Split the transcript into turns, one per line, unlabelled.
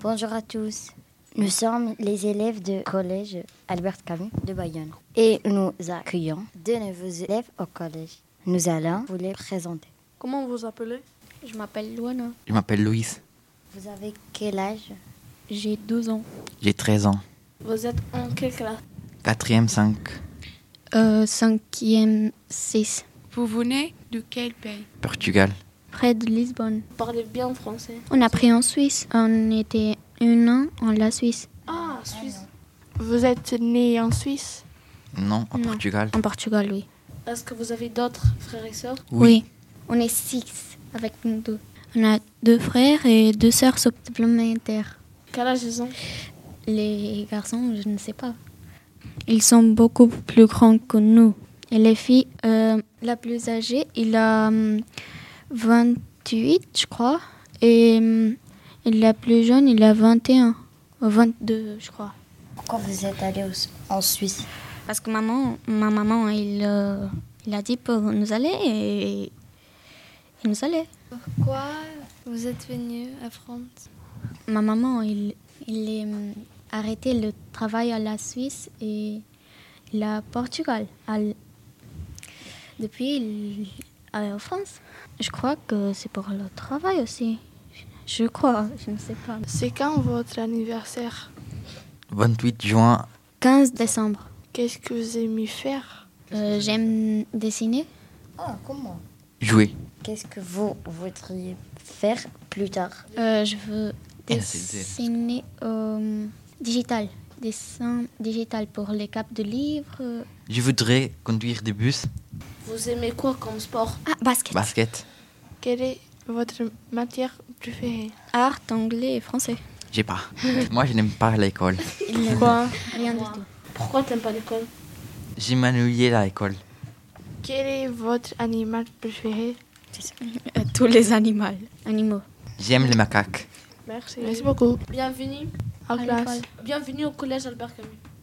Bonjour à tous. Nous sommes les élèves du collège Albert Camus de Bayonne et nous accueillons deux nouveaux élèves au collège. Nous allons vous les présenter.
Comment vous appelez
Je m'appelle Luana.
Je m'appelle Louis,
Vous avez quel âge
J'ai 12 ans.
j'ai 13 ans,
Vous êtes en quelle classe
4e 5.
Euh, 5e 6.
Vous venez de quel pays
Portugal,
Près de Lisbonne.
Vous Parlez bien français.
On a pris en Suisse. On était un an en la Suisse.
Ah, Suisse.
Vous êtes né en Suisse
non, en
Non.
Portugal.
En Portugal, oui.
Est-ce que vous avez d'autres frères et sœurs
On est 6 avec nous deux. On a deux frères et deux sœurs supplémentaires.
Quel âge ils ont
Les garçons, je ne sais pas. Ils sont beaucoup plus grands que nous. Et les filles, euh, la plus âgée, il a hum, 28, je crois. Et hum, la plus jeune, il a 21. ou 22, je crois.
Pourquoi vous êtes allé au- en Suisse
Parce que maman, ma maman, il, euh, il a dit pour nous aller et, et nous aller.
Pourquoi vous êtes venu à France
Ma maman, il, il est hum, arrêté le travail à la Suisse et la Portugal. à l- Depuis, il est en France. Je crois que c'est pour le travail aussi. Je crois, je ne sais pas.
C'est quand votre anniversaire
28 juin,
15 décembre.
Qu'est-ce que vous aimez faire
Euh, J'aime dessiner.
Ah, comment
jouer.
Qu'est-ce que vous voudriez faire plus tard
Euh, je veux
Elle, c'est elle.
dessiner euh, digital. Dessin digital pour les capes de livres.
Je voudrais conduire des bus,
Vous aimez quoi comme sport
Ah, basket.
basket.
Quelle est votre matière préférée
Art, anglais et français.
J'ai pas. Moi, je n'aime pas l'école.
Quoi
Rien du tout.
Pourquoi t'aimes pas l'école
J'ai m'ennuyé à l'école.
Quel est votre animal préféré
tous les animaux. Animaux.
J'aime les macaques.
Merci.
Merci beaucoup.
Bienvenue.
En classe.
Bienvenue au collège Albert Camus.